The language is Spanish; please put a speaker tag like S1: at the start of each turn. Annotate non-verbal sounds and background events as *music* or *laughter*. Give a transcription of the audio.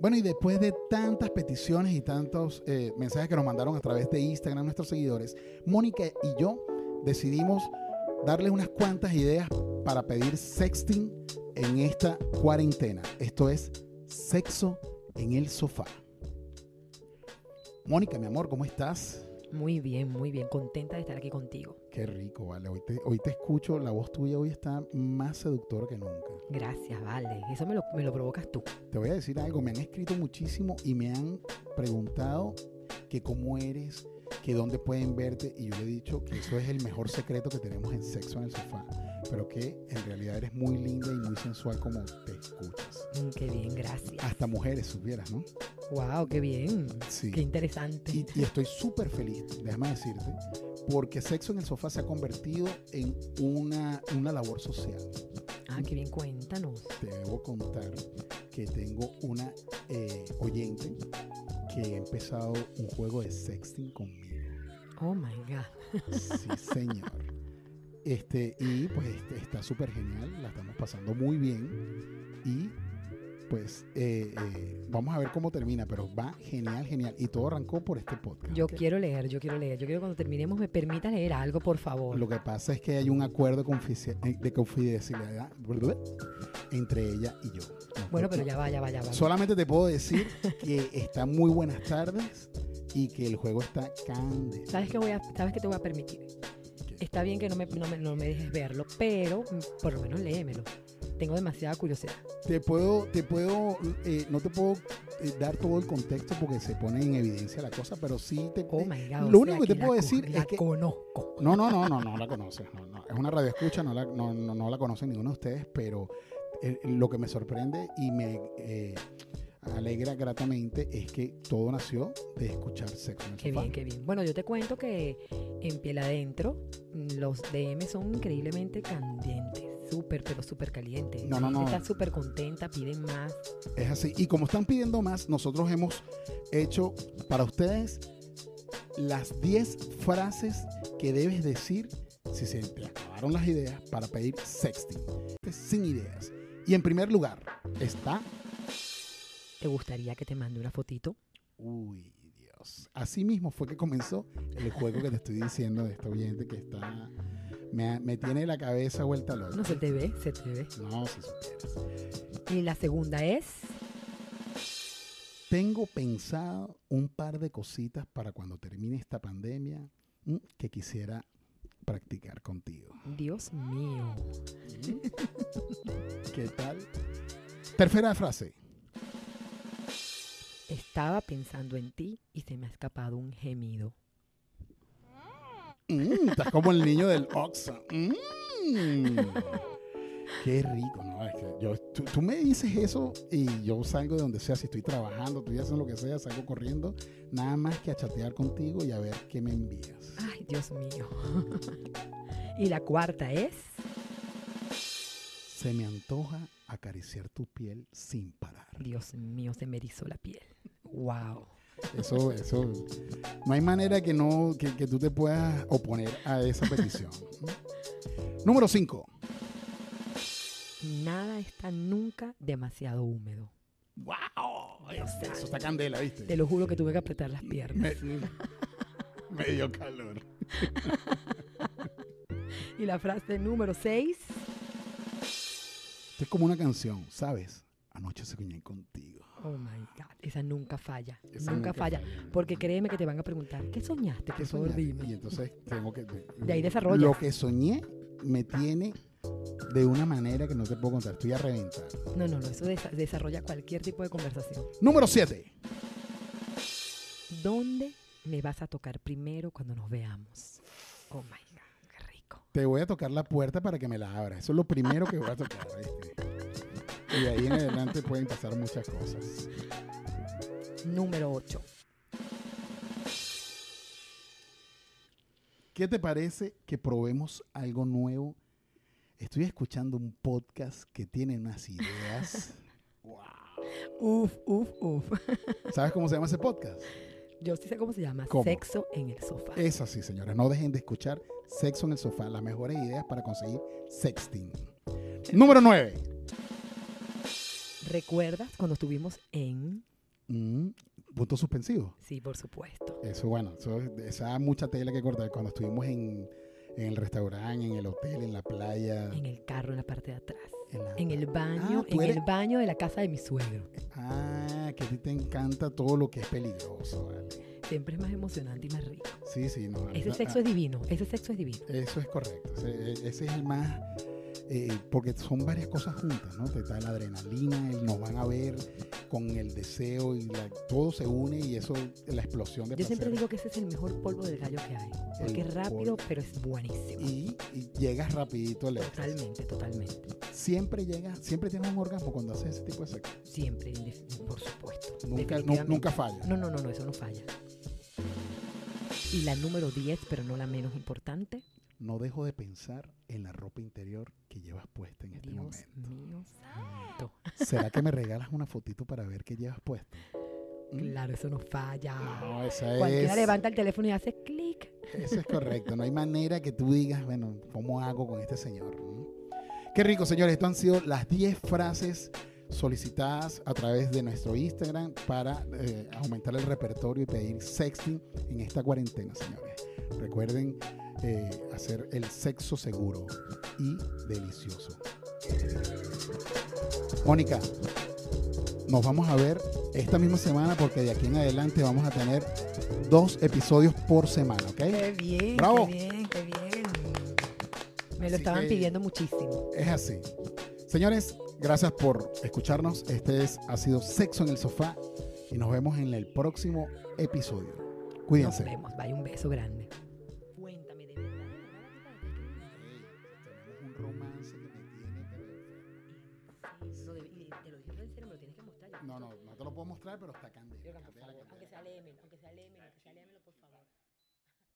S1: Bueno, y después de tantas peticiones y tantos eh, mensajes que nos mandaron a través de Instagram nuestros seguidores, Mónica y yo decidimos darles unas cuantas ideas para pedir sexting en esta cuarentena. Esto es sexo en el sofá. Mónica, mi amor, ¿cómo estás?
S2: Muy bien, muy bien. Contenta de estar aquí contigo.
S1: Qué rico, vale. Hoy te, hoy te escucho, la voz tuya hoy está más seductora que nunca.
S2: Gracias, vale. Eso me lo, me lo provocas tú.
S1: Te voy a decir algo, me han escrito muchísimo y me han preguntado que cómo eres, que dónde pueden verte y yo le he dicho que eso es el mejor secreto que tenemos en Sexo en el Sofá, pero que en realidad eres muy linda y muy sensual como te escuchas.
S2: Mm, Qué bien, gracias.
S1: Hasta mujeres supieras, ¿no?
S2: Wow, qué bien.
S1: Sí.
S2: Qué interesante.
S1: Y, y estoy súper feliz, déjame decirte, porque Sexo en el Sofá se ha convertido en una, una labor social.
S2: Ah, qué bien, cuéntanos.
S1: Te debo contar que tengo una eh, oyente que ha empezado un juego de sexting conmigo.
S2: Oh my
S1: Ah,
S2: God. *laughs*
S1: Sí, señor. Este, y pues este, está súper genial, la estamos pasando muy bien. Y pues eh, eh, vamos a ver cómo termina, pero va genial, genial. Y todo arrancó por este podcast.
S2: Yo quiero leer, yo quiero leer. Yo quiero que cuando terminemos me permita leer algo, por favor.
S1: Lo que pasa es que hay un acuerdo confici- eh, de confidencialidad entre ella y yo.
S2: Bueno, pero ya va, ya va, ya va.
S1: Solamente te puedo decir que está muy buenas tardes y que el juego está candente.
S2: ¿Sabes qué, voy a, ¿Sabes qué te voy a permitir? Está bien que no me, no me- no me dejes verlo, pero mm, por lo menos léemelo. Tengo demasiada curiosidad.
S1: Te puedo, te puedo, eh, no te puedo eh, dar todo el contexto porque se pone en evidencia la cosa, pero sí te.
S2: Oh my God.
S1: Eh, Lo
S2: o
S1: único que te
S2: la
S1: puedo
S2: co-
S1: decir
S2: la
S1: es que-
S2: conozco.
S1: No, no, no, no, no la conoces. No, no. Es una radio escucha, no la, no, no, no la conocen ninguno de ustedes, pero eh, lo que me sorprende y me eh, alegra gratamente es que todo nació de escuchar sexo en el
S2: Qué
S1: Sofá.
S2: bien, qué bien. Bueno, yo te cuento que en piel adentro mm, los DM son increíblemente candentes, súper, pero súper calientes.
S1: No, no,
S2: La gente
S1: no.
S2: Está súper contenta, piden más.
S1: Es así. Y como están pidiendo más, nosotros hemos hecho para ustedes las 10 frases que debes decir si se te acabaron las ideas para pedir sexting. Este es Sin ideas. Y en primer lugar está...
S2: ¿Te gustaría que te mande una fotito?
S1: Uy, Dios. Así mismo fue que comenzó el juego que te estoy diciendo de esta oyente que está... Me, me tiene la cabeza vuelta loca.
S2: No se te ve, se te ve.
S1: No, si supieras.
S2: Y la segunda es,
S1: Tengo pensado un par de cositas para cuando termine esta pandemia mm, que quisiera practicar contigo.
S2: Dios mío,
S1: ¿Qué tal? Tercera frase.
S2: estaba pensando en ti y se me ha escapado un gemido.
S1: Mm, estás como el niño del Oxa. Mm. Qué rico, ¿no? Es que yo, tú, tú me dices eso y yo salgo de donde sea, si estoy trabajando, estoy haciendo lo que sea, salgo corriendo, nada más que a chatear contigo y a ver qué me envías.
S2: Ay, Dios mío. *laughs* y la cuarta es,
S1: Se me antoja acariciar tu piel sin parar.
S2: Dios mío, se me erizó la piel. Wow.
S1: Eso, eso. No hay manera que no, que, que tú te puedas oponer a esa petición. Número 5.
S2: Nada está nunca demasiado húmedo.
S1: ¡Wow! Eso está candela, ¿viste?
S2: Te lo juro que tuve que apretar las piernas.
S1: Me, *laughs* me dio calor.
S2: Y la frase número 6.
S1: Esto es como una canción, ¿sabes? Anoche soñé contigo.
S2: Oh my God. Esa nunca falla.
S1: Esa
S2: nunca, falla. Porque créeme que te van a preguntar, ¿qué soñaste?
S1: ¿Qué
S2: Por favor,
S1: soñaste? Y
S2: dime.
S1: entonces tengo que.
S2: De ahí desarrollas.
S1: Lo que soñé me tiene de una manera que no te puedo contar. Estoy a reventar.
S2: No, no, no. Eso desa- desarrolla cualquier tipo de conversación.
S1: Número 7.
S2: ¿Dónde me vas a tocar primero cuando nos veamos? Oh my God. Qué rico.
S1: Te voy a tocar la puerta para que me la abras. Eso es lo primero que voy a tocar. *laughs* ¿viste? Y de ahí en adelante pueden pasar muchas cosas.
S2: Número 8.
S1: ¿Qué te parece que probemos algo nuevo? Estoy escuchando un podcast que tiene unas ideas. wow.
S2: Uf, uf, uf.
S1: ¿Sabes cómo se llama ese podcast?
S2: Yo sí sé cómo se llama.
S1: ¿Cómo?
S2: Sexo en el sofá.
S1: Es así, señores. No dejen de escuchar Sexo en el Sofá, las mejores ideas para conseguir sexting. Número 9.
S2: ¿Recuerdas cuando estuvimos en...
S1: Mm, punto suspensivo.
S2: Sí, por supuesto.
S1: Eso, bueno, eso, esa mucha tela que cortar cuando estuvimos en, en el restaurante, en el hotel, en la playa.
S2: En el carro, en la parte de atrás.
S1: en la-
S2: En el baño,
S1: Ah, tú
S2: en
S1: eres-
S2: el baño de la casa de mi suegro.
S1: Ah, que a ti te encanta todo lo que es peligroso, vale.
S2: Siempre es más emocionante y más rico.
S1: Sí, sí, no. a mí
S2: Ese
S1: ta-
S2: sexo es divino, ese sexo es divino.
S1: Eso es correcto. Ese, e, ese es el más. eh, porque son varias cosas juntas, ¿no? Te da la adrenalina, el nos van a ver con el deseo y la- todo se une y eso, la explosión de
S2: Yo
S1: placer.
S2: siempre digo que ese es el mejor polvo del gallo que hay. Porque
S1: El
S2: es rápido,
S1: polvo.
S2: pero es buenísimo.
S1: Y, y llegas rapidito al éxtasis.
S2: Totalmente, totalmente.
S1: Siempre llegas, siempre tienes un orgasmo cuando haces ese tipo de sexo.
S2: Siempre, indef- por
S1: Nunca,
S2: supuesto.
S1: nu-
S2: definitivamente.
S1: nunca falla.
S2: No, no, no, no, eso no falla. Y la número 10, pero no la menos importante.
S1: No dejo de pensar en la ropa interior que llevas puesta en este
S2: Dios
S1: momento.
S2: mío santo.
S1: ¿Será que me regalas una fotito para ver qué llevas puesto? Mm.
S2: Claro, eso no falla.
S1: No, esa
S2: Cualquiera
S1: es.
S2: levanta el teléfono y hace clic.
S1: Eso es correcto. No hay manera que tú digas, bueno, ¿cómo hago con este señor? ¿Mm? Qué rico, señores. Esto han sido las 10 frases solicitadas a través de nuestro Instagram para eh, aumentar el repertorio y pedir sexting en esta cuarentena, señores. Recuerden eh, hacer el sexo seguro y delicioso. Mónica, nos vamos a ver esta misma semana porque de aquí en adelante vamos a tener dos episodios por semana, ¿ok?
S2: bien,
S1: Bravo.
S2: bien, qué bien. Me
S1: Así
S2: lo estaban
S1: que-
S2: pidiendo muchísimo.
S1: Es así. Señores, gracias por escucharnos. Este es, ha sido Sexo en el Sofá y nos vemos en el próximo episodio.
S2: Nos
S1: Cuídense.
S2: vemos. Vaya un beso grande. Cuéntame de verdad. Te lo dije en serio, me lo tienes que mostrar.
S1: No, no, no te lo puedo mostrar, pero está candela.
S2: Jordan, por favor, aunque sea lemon, aunque sea lemon.